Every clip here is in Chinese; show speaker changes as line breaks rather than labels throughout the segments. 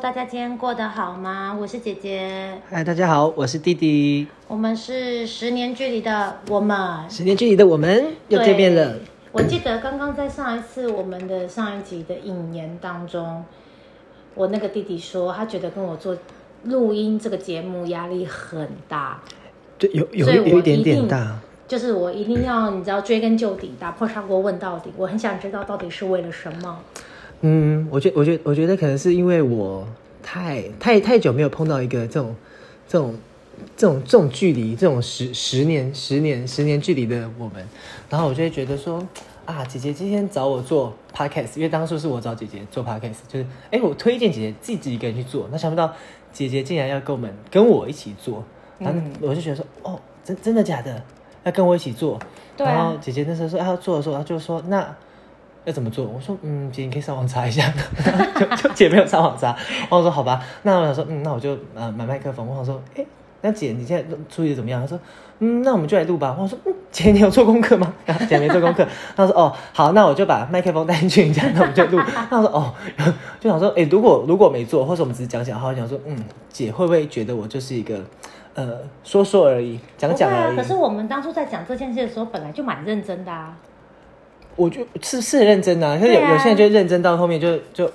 大家今天过得好吗？我是姐姐，
嗨，大家好，我是弟弟。
我们是十年距离的我们
十年距离的我们又见面了
对。我记得刚刚在上一次我们的上一集的引言当中，我那个弟弟说他觉得跟我做录音这个节目压力很大，
对，有有
所以我
有一点
定
点大，
就是我一定要你知道追根究底，打破砂锅问到底。我很想知道到底是为了什么。
嗯，我觉我觉我觉得可能是因为我太太太久没有碰到一个这种这种这种这种距离，这种十十年十年十年距离的我们，然后我就会觉得说啊，姐姐今天找我做 podcast，因为当初是我找姐姐做 podcast，就是哎我推荐姐姐自己一个人去做，那想不到姐姐竟然要跟我们跟我一起做，然后我就觉得说哦，真真的假的？要跟我一起做，
对啊
然后姐姐那时候说啊要做的时候，她就说那。要怎么做？我说，嗯，姐，你可以上网查一下。 就就姐没有上网查，然后我说好吧。那我想说，嗯，那我就呃买麦克风。我想说，哎、那姐你现在处理的怎么样？她说，嗯，那我们就来录吧。我说，嗯，姐你有做功课吗？然后姐没做功课。她说，哦，好，那我就把麦克风带进去你家，那我们就录。那我说，哦，就想说，哎、如果如果没做，或者我们只是讲讲，然后我想说，嗯，姐会不会觉得我就是一个呃说说而已，讲讲
不会
而
啊
已？
可是我们当初在讲这件事的时候，本来就蛮认真的啊。
我就是是认真啊，可是有、
对啊
有些人就认真到后面就就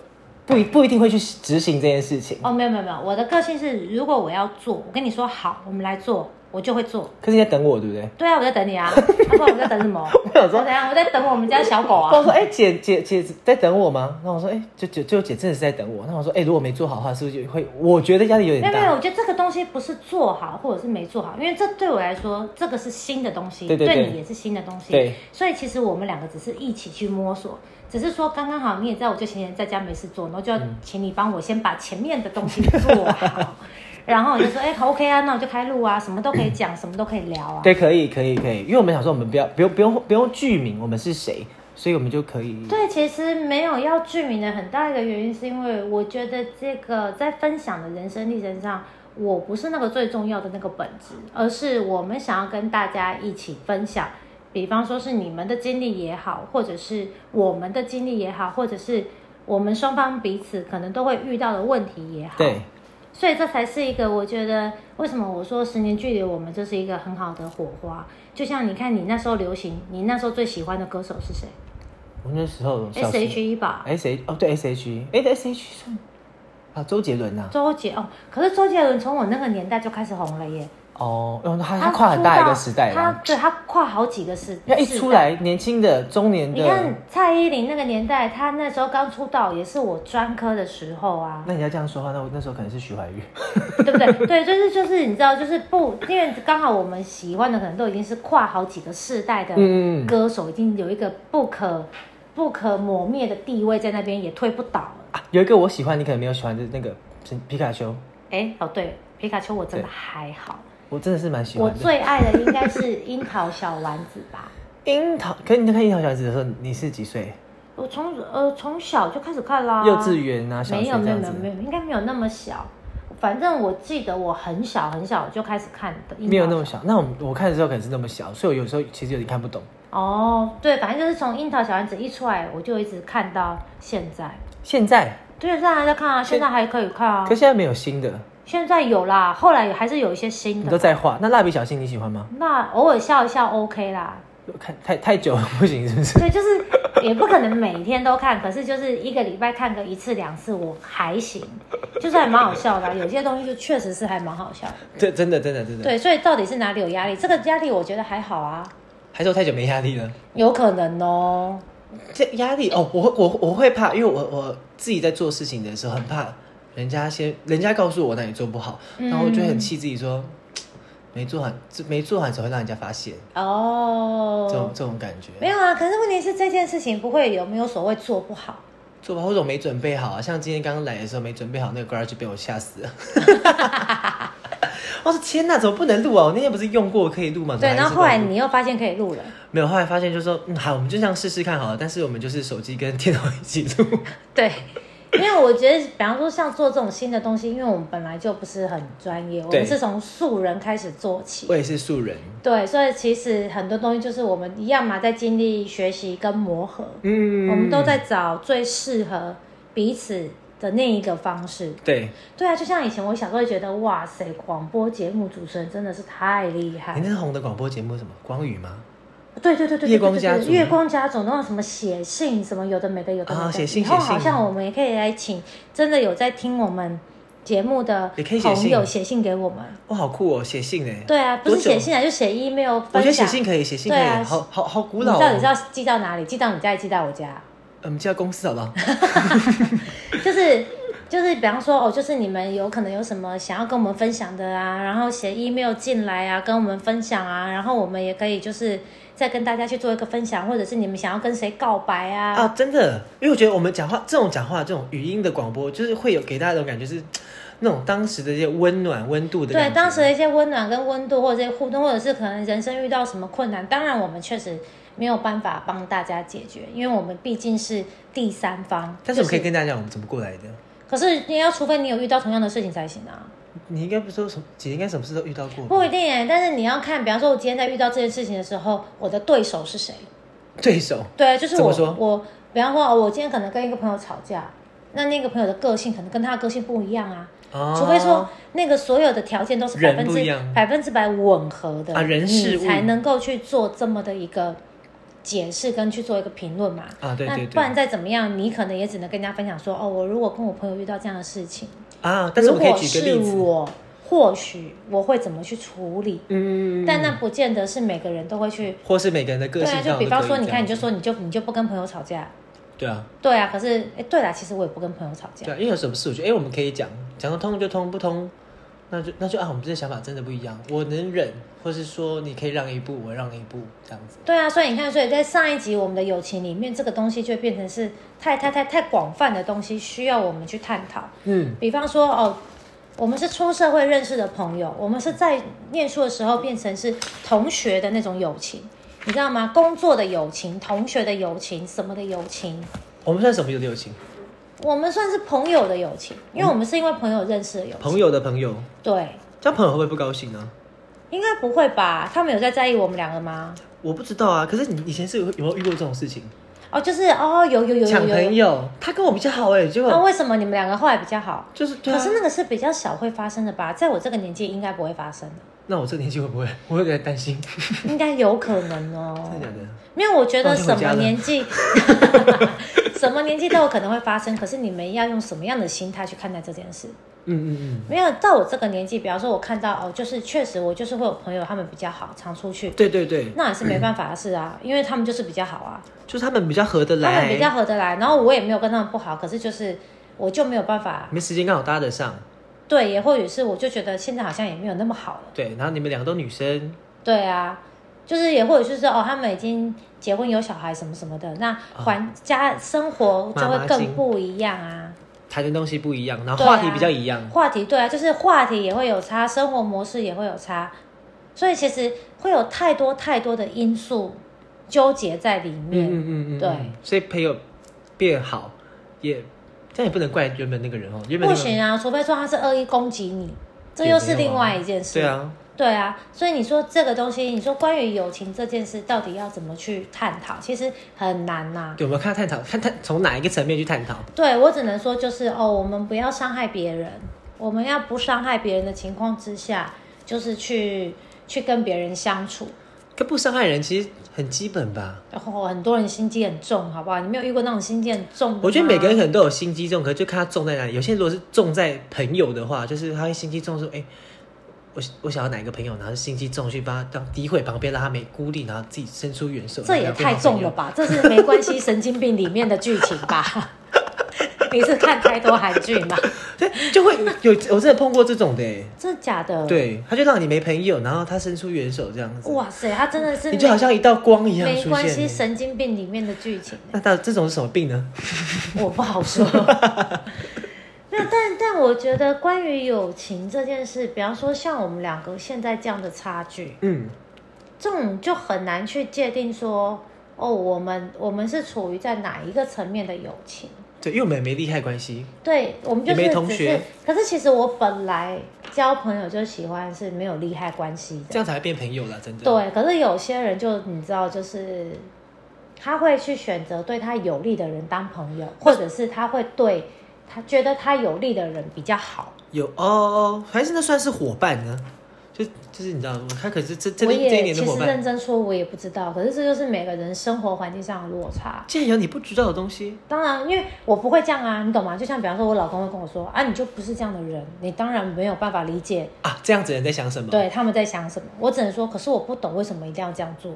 不一不一定会去执行这件事情。
哦，没有没有没有，我的个性是，如果我要做，我跟你说好，我们来做，我就会做。
可是你在等我，对不对？
对啊，我在等 你啊，要不然我在等什么？
我想说
怎样？我在等我们家小狗
然后
啊。
我说：“哎、姐姐姐在等我吗？”然后我说：“哎、就就就姐真的是在等我。”那我说：“哎、如果没做好的话，是不是就会？我觉得压力有
没
点
有没有，
大。
我觉得这个东西不是做好或者是没做好，因为这对我来说，这个是新的东西，
对对对
你也是新的东西，
对
所以其实我们两个只是一起去摸索，只是说刚刚好你也知道，我就闲闲在家没事做，然后就要请你帮我先把前面的东西做好，然后我就说，哎、好 OK 啊，那我就开录啊，什么都可以讲，什么都可以聊啊。
对，可以可以可以，因为我们想说我们不要不用不用不用剧名，我们是谁，所以我们就可以。
嗯对，其实没有要剧名的很大一个原因，是因为我觉得这个在分享的人生历程上，我不是那个最重要的那个本质，而是我们想要跟大家一起分享。比方说是你们的经历也好，或者是我们的经历也好，或者是我们双方彼此可能都会遇到的问题也好，
对
所以这才是一个我觉得为什么我说十年距离我们这是一个很好的火花。就像你看，你那时候流行，你那时候最喜欢的歌手是谁
我那时候小
？S
时
H E 吧。
S H 哦对 S H E 哎 S H 算啊周杰伦呐、
周杰哦，可是周杰伦从我那个年代就开始红了耶，
哦，哦他他跨很大一个时代
出道他
了。
对他跨好几个时，
要一出
世代。
来，年轻的、中年
你看
的，
蔡依林那个年代，她那时候刚出道，也是我专科的时候 啊，
那你要这样说话，那我那时候可能是徐怀钰。
对不对？对，就是就是，你知道，就是不，因为刚好我们喜欢的可能都已经是跨好几个世代的
嗯，
歌手，已经有一个不可不可磨灭的地位在那边，也推不倒了。
啊有一个我喜欢，你可能没有喜欢的那个皮皮卡丘，
哎，哦对，皮卡丘我真的
对
还好，
我真的是蛮喜
我
欢的。
最爱的应该是樱桃小丸子吧。
樱桃，可是你在看樱桃小丸子的时候，你是几岁？
我从呃从小就开始看啦，
幼稚园啊，小
没
学
有
这
没有
样
没
子
有。没有，应该没有那么小。反正我记得我很小很小就开始看的，
没有那么小，那我们我看的时候可能是那么小，所以我有时候其实有点看不懂。
哦，对，反正就是从《樱桃小丸子》一出来，我就一直看到现在。
现在，
对，现在还在看啊，现在还可以看啊
可。现在没有新的，
现在有啦，后来还是有一些新
你都
的。
在画。那蜡笔小新你喜欢吗？
那偶尔笑一笑 OK 啦，
看太太久了不行，是不是？
对， 就是也不可能每天都看，可是就是一个礼拜看个一次两次我还行，就是还蛮好笑的啊、有些东西就确实是还蛮好笑的。
这 真的真的真的，
对，所以到底是哪里有压力？这个压力我觉得还好啊，
还是我太久没压力了。
有可能哦。
这压力哦，我会我我会怕，因为我我自己在做事情的时候很怕人家先人家告诉我哪里做不好，
嗯
然后我就很气自己说嘖没做好，这没做好只会让人家发现，哦这种
哦，
这种感觉。
没有啊。可是问题是这件事情不会有没有所谓做不好，
做不好或者我没准备好啊，像今天刚刚来的时候没准备好，那个 garage 被我吓死了。 我说天哪，怎么不能录啊？我那天不是用过可以录吗？怎
对。
哦么还
然
是
后
不
后来
能录
你又发现可以 录了，
没有，后来发现就说嗯好，我们就这样试试看好了。但是我们就是手机跟电脑一起录。
对。因为我觉得，比方说像做这种新的东西，因为我们本来就不是很专业，我们
对
是从素人开始做起。
我也是素人，
对，所以其实很多东西就是我们一样嘛，在经历学习跟磨合，
嗯
我们都在找最适合彼此的那一个方式。
对，
对啊，就像以前我小时候觉得，哇塞，广播节目主持人真的是太厉害
你那。是红的广播节目是什么？光宇吗？
对对对对对，
夜光
对对
家
对
族
月光家族那种什么写信什么有的没的有的没的，
啊写信
以后
写信
好像我们也可以来请真的有在听我们节目的
也可以写信
朋友写信给我们。
哇，好酷哦，写信哎。
对啊，不是
多久
写信啊，就写 email
我
分
觉得
享
写。信可以，写信可
对
以，
啊
好好好古
你
老、哦。
到底是要寄到哪里？寄到你家，还是寄到我家？
嗯，寄到公司好不好？
哎就是就是，比方说哦，就是你们有可能有什么想要跟我们分享的啊，然后写 email 进来啊，跟我们分享啊，然后我们也可以就是再跟大家去做一个分享，或者是你们想要跟谁告白啊，
啊，真的，因为我觉得我们讲话这种讲话这种语音的广播，就是会有给大家一种感觉是那种当时的一些温暖温度的感
对
觉。
当时的一些温暖跟温度，或者一些互动，或者是可能人生遇到什么困难，当然我们确实没有办法帮大家解决，因为我们毕竟是第三方。
但是我们可以
就
跟大家讲我们怎么过来的。
可是你要除非你有遇到同样的事情才行啊。
你应该不是说什么，姐应该什么事都遇到过吧。
不一定哎，但是你要看，比方说，我今天在遇到这件事情的时候，我的对手是谁？
对手
对，就是
怎
我
么说
我，比方说，哦我今天可能跟一个朋友吵架，那那个朋友的个性可能跟他的个性不一样啊。
啊，
除非说那个所有的条件都是百
人
分
不
之
一样
百分之百吻合的
啊人事物
你才能够去做这么的一个解释跟去做一个评论嘛。
啊对对
那
对
不然再怎么样，你可能也只能跟人家分享说，哦，我如果跟我朋友遇到这样的事情，
啊，但是我
如
可以
果
举个例
是
子，
我，或许我会怎么去处理，
嗯，
但那不见得是每个人都会去。
或是每个人的个
对
性
啊，
上都
就
可以
比
这样
方
子，
说，你看，你就说你就你就不跟朋友吵架，
对啊，
对啊。可是，哎，对啦，其实我也不跟朋友吵架
对，啊，因为有什么事，我觉得哎、我们可以讲，讲得通就通，不通那就那就啊，我们这些想法真的不一样，我能忍，或是说你可以让一步，我让一步这样子。
对啊，所以你看，所以在上一集我们的友情里面，这个东西就变成是太太太太广泛的东西，需要我们去探讨。
嗯，
比方说，哦，我们是出社会认识的朋友，我们是在念书的时候变成是同学的那种友情，你知道吗？工作的友情、同学的友情、什么的友情，
我们算什么有的友情？
我们算是朋友的友情，因为我们是因为朋友认识的友情。
朋友的朋友，
对，
这样朋友会不会不高兴呢、
应该不会吧？他们有在在意我们两个吗？
我不知道啊，可是你以前是有有没有遇过这种事情？
哦，就是哦，有有有有
抢
有
朋
有。
友，他跟我比较好哎、结
那
果
为什么你们两个后来比较好？
就是对
可
啊。
是那个是比较少会发生的吧，在我这个年纪应该不会发 生的，
那我这年纪会不会？我有点担心，
应该有可能哦。
真的假的？
没有，我觉得
放心回
什
家
么
了
年纪， 什么年纪都有可能会发生。可是你们要用什么样的心态去看待这件事？
嗯嗯嗯，
没有到我这个年纪，比方说我看到哦，就是确实我就是会有朋友他们比较好，常出去，
对对对，
那也是没办法的事啊，因为他们就是比较好啊，
就是他们比较合得
他
来，
们比较合得来，然后我也没有跟他们不好，可是就是我就没有办法，
没时间刚好搭得上，
对，也或许是我就觉得现在好像也没有那么好了。
对。然后你们两个都女生，
对啊，就是也或者就是哦，他们已经结婚有小孩什么什么的，
啊
那环、家生活就会更不一样啊。
谈的东西不一样，然后
对啊
话题比较一样，
话题对啊，就是话题也会有差，生活模式也会有差，所以其实会有太多太多的因素纠结在里面。
嗯嗯嗯，
对
嗯，所以朋友变好也，但也不能怪原本那个人哦，原本
不
那个人
行啊，除非说他是恶意攻击你，这
也
又
没
是
有
另
啊
外一件事。
对啊，
对啊，所以你说这个东西，你说关于友情这件事到底要怎么去探讨，其实很难呐、啊
对，我们看探讨， 看探从哪一个层面去探讨，
对我只能说就是哦，我们不要伤害别人，我们要不伤害别人的情况之下，就是去去跟别人相处。
跟不伤害人其实很基本吧。
然后很多人心机很重，好不好？你没有遇过那种心机很重的吗
我觉得每个人可能都有心机重，可是就看他重在哪里。有些人如果是重在朋友的话，就是他会心机重说，哎、我我想要哪一个朋友，然后心机重去帮他当诋毁旁边，让他没孤立，然后自己伸出援手。
这也太重了吧？这是没关系，神经病里面的剧情吧？ 你是看太多韩剧吗？
对，就会有我真的碰过这种的、欸，
真的假的？，
对，他就让你没朋友，然后他伸出援手这样子。
哦哇塞，他真的是
你就好像一道光一样
没
出
关系，
现。
神经病里面的剧情。
那到底这种是什么病呢？
我不好说。 没有，但但我觉得关于友情这件事，比方说像我们两个现在这样的差距，
嗯，
这种就很难去界定说，哦，我们我们是处于在哪一个层面的友情。
对，因为我们也没利害关系，
对，我们就是
也没同
只是
学，
可是其实我本来交朋友就喜欢是没有利害关系
这
的，
样才会变朋友了，真的。，
对。可是有些人就你知道，就是他会去选择对他有利的人当朋友，或者是他会对他觉得他有利的人比较好。
有哦哦，还是那算是伙伴呢？就就是你知道吗？他可是这这
我
这一
也
年的
其
伙
实
伴，
认真说，我也不知道，可是这就是每个人生活环境上的落差。
竟然有你不知道的东西，
当然，因为我不会这样啊，你懂吗？就像比方说，我老公会跟我说啊，你就不是这样的人，你当然没有办法理解
啊，这样子的人在想什么？，
对他们在想什么。我只能说，可是我不懂为什么一定要这样做。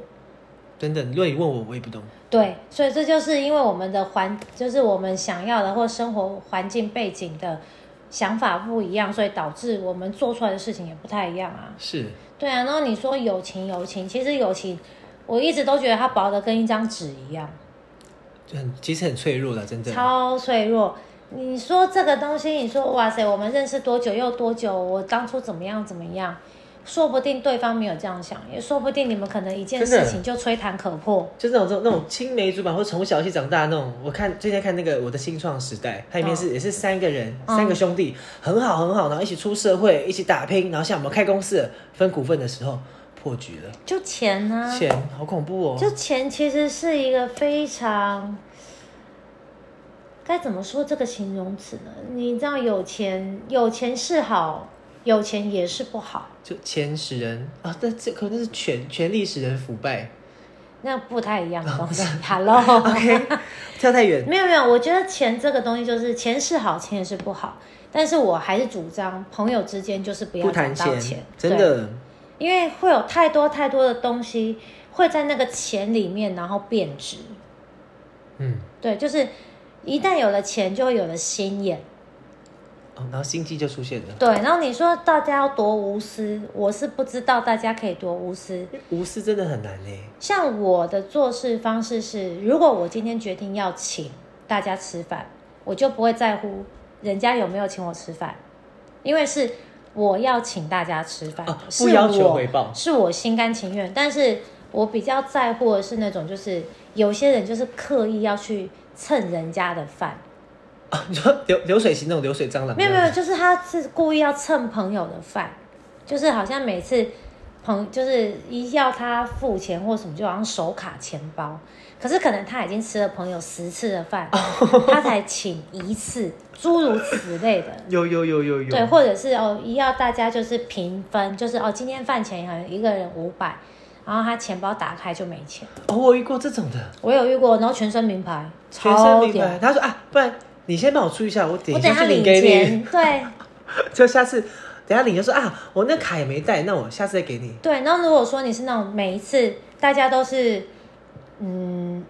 真的，如果你问我，我也不懂。
对，所以这就是因为我们的环，就是我们想要的或生活环境背景的想法不一样，所以导致我们做出来的事情也不太一样啊。
是，
对啊，然后你说友情，友情，其实友情，我一直都觉得它薄的跟一张纸一样，
就很其实很脆弱了，真的。
超脆弱。你说这个东西，你说哇塞，我们认识多久又多久？我当初怎么样怎么样？说不定对方没有这样想，也说不定你们可能一件
真的
事情就吹弹可破。
就那种这种那种青梅竹马，或者从小一起长大的那种。我看最近在看那个《我的新创时代》，它里面是、也是三个人，
嗯
三个兄弟，很好很好，然后一起出社会，一起打拼，然后像我们开公司了分股份的时候破局了，
就钱啊呢、
钱好恐怖哦！
嗯就钱其实是一个非常该怎么说这个形容词呢？你知道有钱，有钱是好，有钱也是不好，
就钱使人啊，但这可能是权权力使人腐败。
那不太一样的 东西。Hello，
OK，跳太远，
没有没有，我觉得钱这个东西就是钱是好，钱也是不好。但是我还是主张朋友之间就是不要
不谈
讲到
钱
钱，，
真
对
的
因为会有太多太多的东西会在那个钱里面，然后变质。
嗯。
对，就是一旦有了钱，就会有了心眼。
哦，然后心机就出现了。
对，然后你说大家要多无私，我是不知道大家可以多无私。
无私真的很难欸呢。
像我的做事方式是，如果我今天决定要请大家吃饭，我就不会在乎人家有没有请我吃饭，因为是我要请大家吃饭，
啊
是
不要求
我
回报
是我心甘情愿。但是我比较在乎的是那种，就是有些人就是刻意要去蹭人家的饭，
啊， 你说流流水席那种流水蟑螂？
没有没有，，就是他是故意要蹭朋友的饭，就是好像每次朋就是一要他付钱或什么，就好像手卡钱包。可是可能他已经吃了朋友十次的 饭，他才请一次，诸如此类的。
有有有有有。
对，或者是哦，一要大家就是平分，就是哦，今天饭钱好像一个人五百，然后他钱包打开就没钱。
哦，我遇过这种的，
我有遇过，然后全身名牌，
全身
超
名
屌
牌。。他说啊，不然你先帮我出一下，我点
我
一
等
下
他
去领
领
给你。
钱，对，
就下次等下领就说啊，我那卡也没带，那我下次再给你。
对，然后如果说你是那种每一次大家都是，嗯，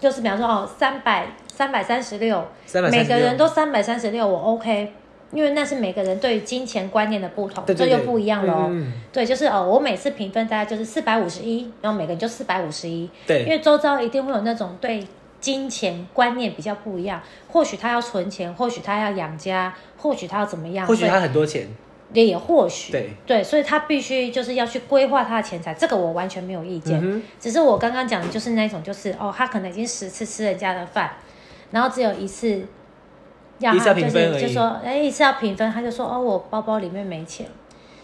就是比方说哦，三百三百三十六，
336
每个人都三百三十六，我 OK，因为那是每个人对于金钱观念的不同，
对对
这
对
就不一样了、哦。
嗯嗯嗯
对，就是哦，我每次评分大概就是四百五十一，然后每个人就四百五十一，因
对，
为周遭一定会有那种对金钱观念比较不一样，或许他要存钱，或许他要养家，或许他要怎么样，
或许
所以
他很多钱，
也也或许
对
所以他必须就是要去规划他的钱财，这个我完全没有意见。
嗯
只是我刚刚讲的就是那种，就是哦，他可能已经十次吃人家的饭，然后只有一次要
一次要
他就
平分而
是
已
就说哎一次要平分，他就说哦我包包里面没钱，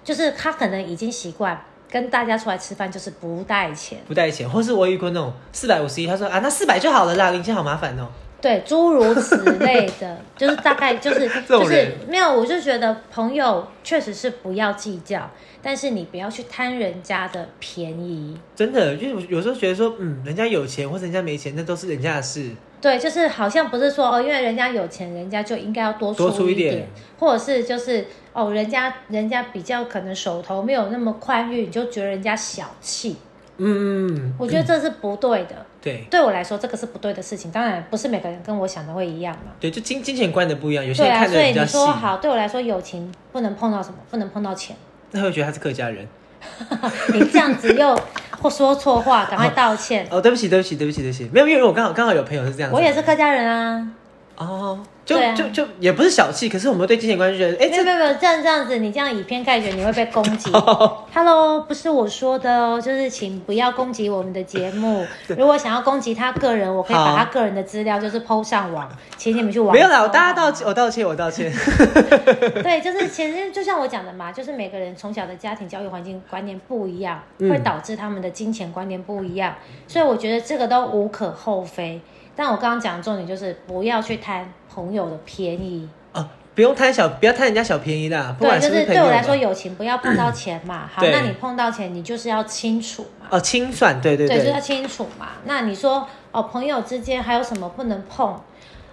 就是他可能已经习惯跟大家出来吃饭就是不带钱，
不带钱，或是我遇过那种四百五十一，他说啊，那四百就好了啦，零钱好麻烦哦。
对，诸如此类 的，就是大概就是
种
就是
人
没有，我就觉得朋友确实是不要计较，但是你不要去贪人家的便宜。
真的，因为我有时候觉得说，嗯，人家有钱或者人家没钱，那都是人家的事。
对，就是好像不是说哦，因为人家有钱，人家就应该要多
多出
一
一点
或者是就是哦，人家人家比较可能手头没有那么宽裕，你就觉得人家小气，
嗯，嗯
我觉得这是不对的。
对
对我来说，这个是不对的事情。当然，不是每个人跟我想的会一样嘛。
对，就金金钱观的不一样，有些
对
人
啊，
看
所
的
以
比较
你
细，
说好，对我来说，友情不能碰到什么，不能碰到钱。
那会觉得他是客家人。
你这样子又或说错话，赶快道歉。
哦，对不起，对不起，对不起，对不起，没有，因为我刚好刚好有朋友是这样子，
我也是客家人啊，
哦，就、
对啊
就就也不是小气，可是我们对金钱观就觉得，哎、
没有
这哦
没有没有，这样这样子，你这样以偏概全，你会被攻 击。Hello，不是我说的哦，就是请不要攻击我们的节目。如果想要攻击他个人，我可以
好
把他个人的资料就是 PO 上网，请你们去网。啊
没有啦，我大家道歉，我道歉，我道歉。
对，就是其实就像我讲的嘛，就是每个人从小的家庭教育环境观念不一样，
嗯
会导致他们的金钱观念不一样，所以我觉得这个都无可厚非。但我刚刚讲的重点就是不要去贪朋友的便宜，
啊，不用贪小，不要贪人家小便宜啦，不
对，
管
就是
不是
是
朋
对
友
我来
嘛
说，友情不要碰到钱 嘛。好，
对
那你碰到钱，你就是要清楚嘛。
哦，清算，对对
对，就
对，
是要清楚嘛。那你说哦，朋友之间还有什么不能碰？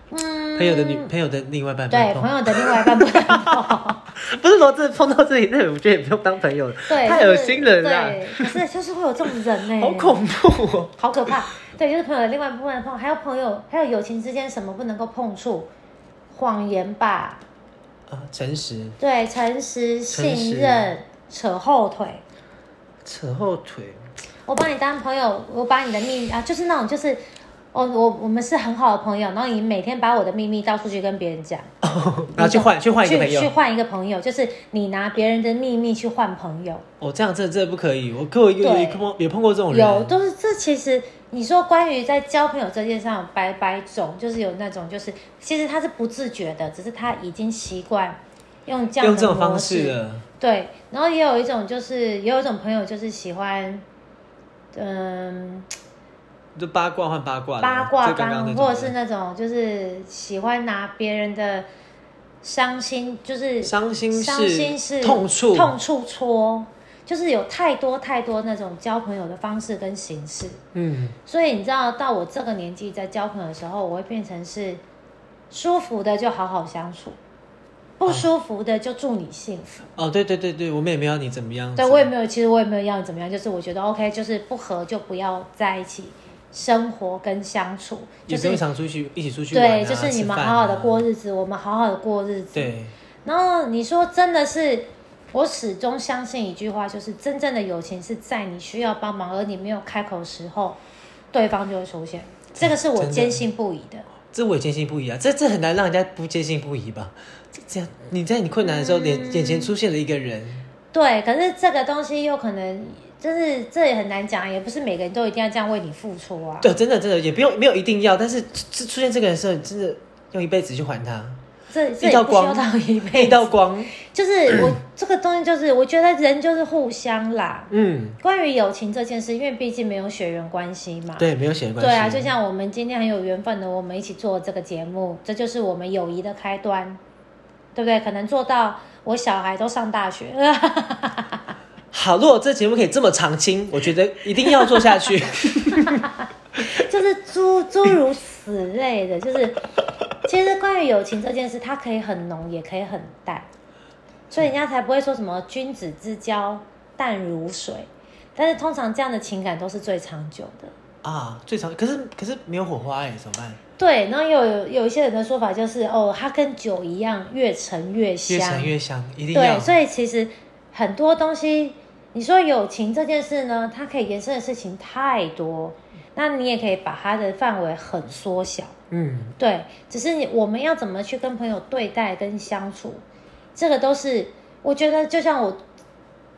嗯，
朋友的女朋友的另外一半不能
对
碰，
朋友的另外一半不能 碰。
不是说这碰到这里，那我觉得也不用当朋友了，
对，
太
就
恶
是
心了啦，
对，可是就是会有这种 人呢、欸
好恐怖哦。
好可怕。 对，就是朋友的另外一部分碰，还有朋友，还有友情之间什么不能够碰触？谎言吧，
啊，诚实，
对，诚实、
诚实
信任、扯后腿。
扯后腿，
我把你当朋友，我把你的秘密啊，就是那种就是，我我我们是很好的朋友，然后你每天把我的秘密到处去跟别人讲，
哦然啊后去换去换一个朋
去去
友，
换一个朋友，就是你拿别人的秘密去换朋友，
哦，这样真的真的不可以，我跟我有
对
有碰有碰过这种人，
有都是这其实你说关于在交朋友这件事上，百百种就是有那种就是其实他是不自觉的，只是他已经习惯用这样的
用这种
模
方
式
式的，
对，然后也有一种就是也有一种朋友就是喜欢，嗯。
就八卦换八卦的，
八卦
啊就刚刚
帮，
那种
或者
的
是那种就是喜欢拿别人的伤心，就是
伤心事
伤心事、
痛处
痛处戳，就是有太多太多那种交朋友的方式跟形式。
嗯，
所以你知道，到我这个年纪在交朋友的时候，我会变成是舒服的就好好相处，不舒服的就祝你幸福。
哦，对对对对，我们也没有你怎么样子，
对我也没有，其实我也没有要你怎么样，就是我觉得 OK，就是不合就不要在一起生活跟相处，就
也不
是
用常出去一起出去玩啊
对，就是你们
吃饭
好好的
啊
过日子，我们好好的过日子。
对，
然后你说真的是，我始终相信一句话，就是真正的友情是在你需要帮忙而你没有开口时候，对方就会出现。这个是我
真的
坚信不疑的。
这我也坚信不疑啊，这这很难让人家不坚信不疑吧？这这样你在你困难的
嗯
时候，脸、眼前出现了一个人，
对，可是这个东西又可能，就是这也很难讲，也不是每个人都一定要这样为你付出啊。
对，真的真的也不用没有一定要，但是出出现这个人的时候，你真的用一辈子去还他，
这这
一
也
道
不需要
光
到一
一
辈子。
道光，
就是我这个东西，就是我觉得人就是互相啦。
嗯，
关于友情这件事，因为毕竟没有血缘关系嘛，
对，没有血缘关系，
对啊，就像我们今天很有缘分的，我们一起做这个节目，这就是我们友谊的开端，对不对？可能做到我小孩都上大学，
好，如果这节目可以这么长青，我觉得一定要做 下去。
就是诸诸如此类的， 就是其实关于友情这件事，它可以很浓，也可以很淡，所以人家才不会说什么君子之交淡如水，但是通常这样的情感都是最长久的。
啊，最长可是可是没有火花哎、怎么办？
对，然后又有有一些人的说法就是，哦，它跟酒一样，越陈越香，
越沉越香，一定
对，
要。
所以其实很多东西，你说友情这件事呢，它可以延伸的事情太多，那你也可以把它的范围很缩小。
嗯，
对，只是你我们要怎么去跟朋友对待跟相处，这个都是我觉得就像我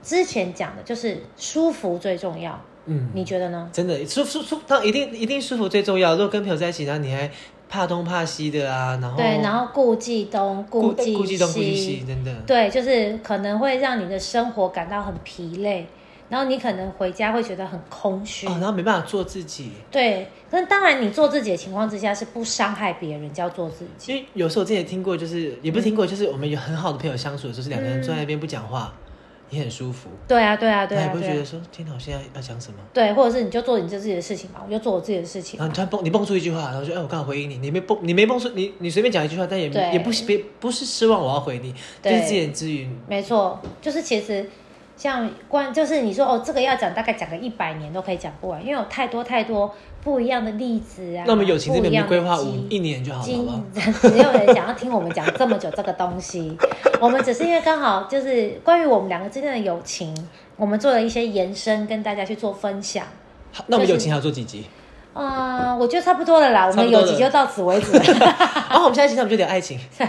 之前讲的，就是舒服最重要。
嗯
你觉得呢？
真的舒舒舒，当一定一定舒服最重要。如果跟朋友在一起，然后你还怕东怕西的啊，然后
对，然后顾忌东，
顾
忌
顾忌东顾忌西，真的。
对，就是可能会让你的生活感到很疲累，然后你可能回家会觉得很空虚。
哦，然后没办法做自己，
对，那当然你做自己的情况之下是不伤害别人，叫做自己。
其实有时候我之前也听过，就是也不是听过，就是我们有很好的朋友相处的时候，是两个人坐在那边不讲话，也很舒服，
对啊，对啊，对
然
啊
后也，不会觉
对
得
啊。
说天哪，我现在要讲什么。
对，或者是你就做你自己的事情嘛，我就做我自己的事情
然。后你突然蹦，你蹦出一句话，然后就哎，我刚好回应你，你没蹦，你没蹦出，你你随便讲一句话，但也
对
也不是别不是奢望我要回你，就
对
是自言自语，
没错，就是其实像关，就是你说哦，这个要讲大概讲个一百年都可以讲不完，因为有太多太多不一样的例子啊。
那我们友情这
不
边
一
我
样
们
的
规划
机
五一年就好了，好
今
不好？
没有人想要听我们讲这么久这个东西，我们只是因为刚好就是关于我们两个之间的友情，我们做了一些延伸，跟大家去做分享。
好那我们
就是
友情还要做 几集？
嗯，我觉得差不多了啦，我们友情就到此为止 了。
啊，我们下一期我们就聊爱情，
对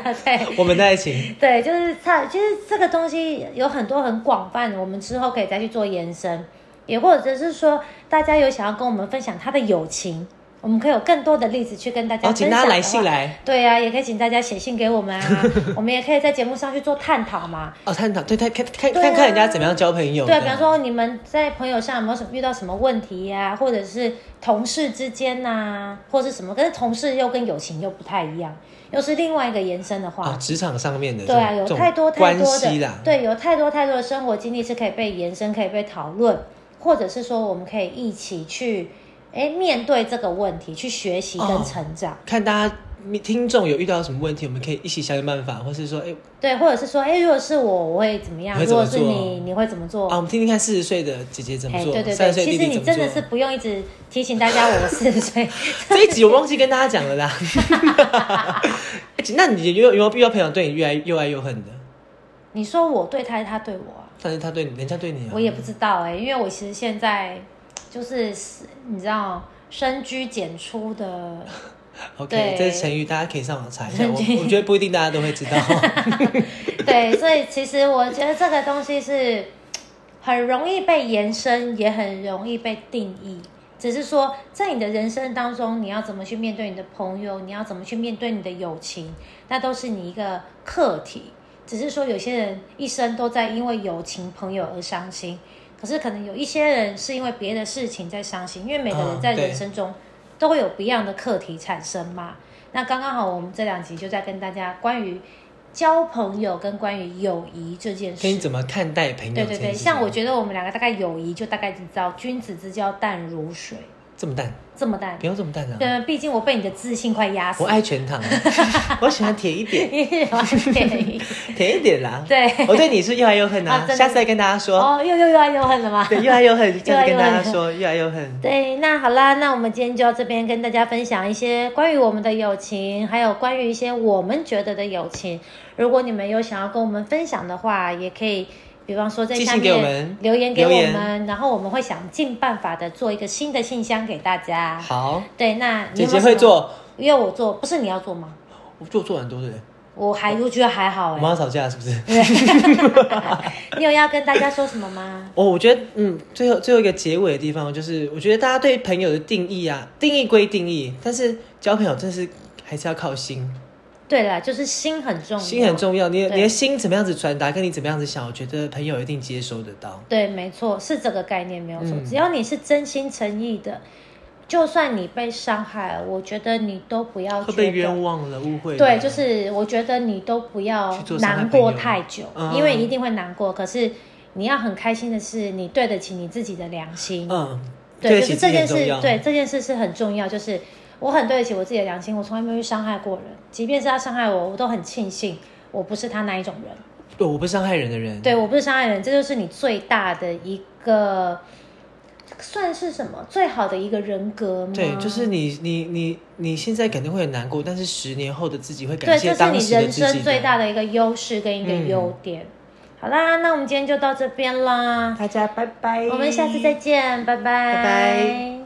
我们的爱情。
对，就是差，其实这个东西有很多很广泛，我们之后可以再去做延伸，也或者是说大家有想要跟我们分享他的友情，我们可以有更多的例子去跟大家
好，
分享、
哦请大家来信。来
对啊，也可以请大家写信给我们 啊，我们也可以在节目上去做探讨嘛。
哦，探讨对，看看看
对啊
看看人家怎么样交朋友。哦
对啊，比方，说你们在朋友上有没有什么遇到什么问题呀、或者是同事之间呐、或者什么，可是同事又跟友情又不太一样，又是另外一个延伸的话。
哦，职场上面的
对啊，
这
有
种这种
太多太
关
多
系
的
啦，，
对，有太多太多的生活经历是可以被延伸、可以被讨论，或者是说我们可以一起去，哎，面对这个问题，去学习跟
哦
成长，
看大家听众有遇到什么问题，我们可以一起想想办法，或是说，哎、
对，或者是说，哎，如果是我，我会怎么样？
你会
如
怎
果
么
是
做
你，你会怎么做？
啊，我们听听看四十岁的姐姐怎么
哎，
做，
对对
三
对，
十岁
其
弟
实
弟
你
怎么
真的是
做。
不用一直提醒大家我四十岁，
这一集我忘记跟大家讲了啦。哎那你有有没有遇到朋友对你越来又爱又恨的？
你说我对他，他对我啊，
但是他对你，人家对你啊，
我也不知道哎、因为我其实现在就是你知道深居简出的
OK，
对
这是成语，大家可以上网查 一下。我
成语
我觉得不一定大家都 会知道。
对，所以其实我觉得这个东西是很容易被延伸，也很容易被定义。只是说，在你的人生当中，你要怎么去面对你的朋友，你要怎么去面对你的友情，那都是你一个课题。只是说，有些人一生都在因为友情、朋友而伤心，可是可能有一些人是因为别的事情在伤心，因为每个人
嗯
在
对
人生中都会有不一样的课题产生嘛。那刚刚好，我们这两集就在跟大家关于交朋友跟关于友谊这件
跟你
事。
怎么看待朋友
对
这
对
件
对，
事情
像我觉得我们两个大概友谊就大概知道，君子之交淡如水，
这么淡，
这么淡
不。要这么淡啊！
对，毕竟我被你的自信快压死
我
了。
爱全糖，啊我喜欢甜一点，
因为我爱你。
甜一点啦。
对
我对你是又爱又恨
啊
啊，
真的
下次再跟大家 说。
哦，又又又爱又恨了吗？
对，又爱又恨，下次
又爱
跟大
又
家
恨
说，又爱又恨。
对，那好啦，那我们今天就到这边跟大家分享一些关于我们的友情，还有关于一些我们觉得的友情。如果你们有想要跟我们分享的话，也可以，比方说在
寄
下
信给我
面
们
留言给我
留言
们，然后我们会想尽办法的做一个新的信箱给大家。
好，
对，那你
姐
有没有什
姐
么
会，做，
因为我做，不是你要做吗？
我做做很多的人。
我还我觉得还好
我
哎、
们要吵架是不是？
你有要跟大家说什么吗？
哦，我觉得，嗯，最后最后一个结尾的地方就是，我觉得大家对朋友的定义啊，定义归定义，但是交朋友真的是还是要靠心，
对了，就是心很重要，
心很重要。你的
对
你的心怎么样子传达，跟你怎么样子想，我觉得朋友一定接收得到。
对，没错，是这个概念没有错。
嗯
只要你是真心诚意的，就算你被伤害了，我觉得你都不要
会
觉
被
得
冤枉了，误会了
对，就是我觉得你都不要
去做伤害
难
朋
过
友
太久，
嗯
因为一定会难过。可是你要很开心的是，你对得起你自己的良心。
嗯，
对，
得
就
起
是
自
这
己
件
很
事
重要，
对这件事是很重要。就是我很对得起我自己的良心，我从来没有去伤害过人，即便是他伤害我，我都很庆幸我不是他那一种人。
对，我不是伤害人的人，
对我不是伤害人，这就是你最大的一个，算是什么最好的一个人格吗？
对，就是你你你你现在肯定会很难过，但是十年后的自己会感
对，这
谢
是
当
你
时的
人
自己
生
的。嗯
最大的一个优势跟一个优点。好啦，那我们今天就到这边啦，
大家拜拜，
我们下次再见，拜拜，
拜拜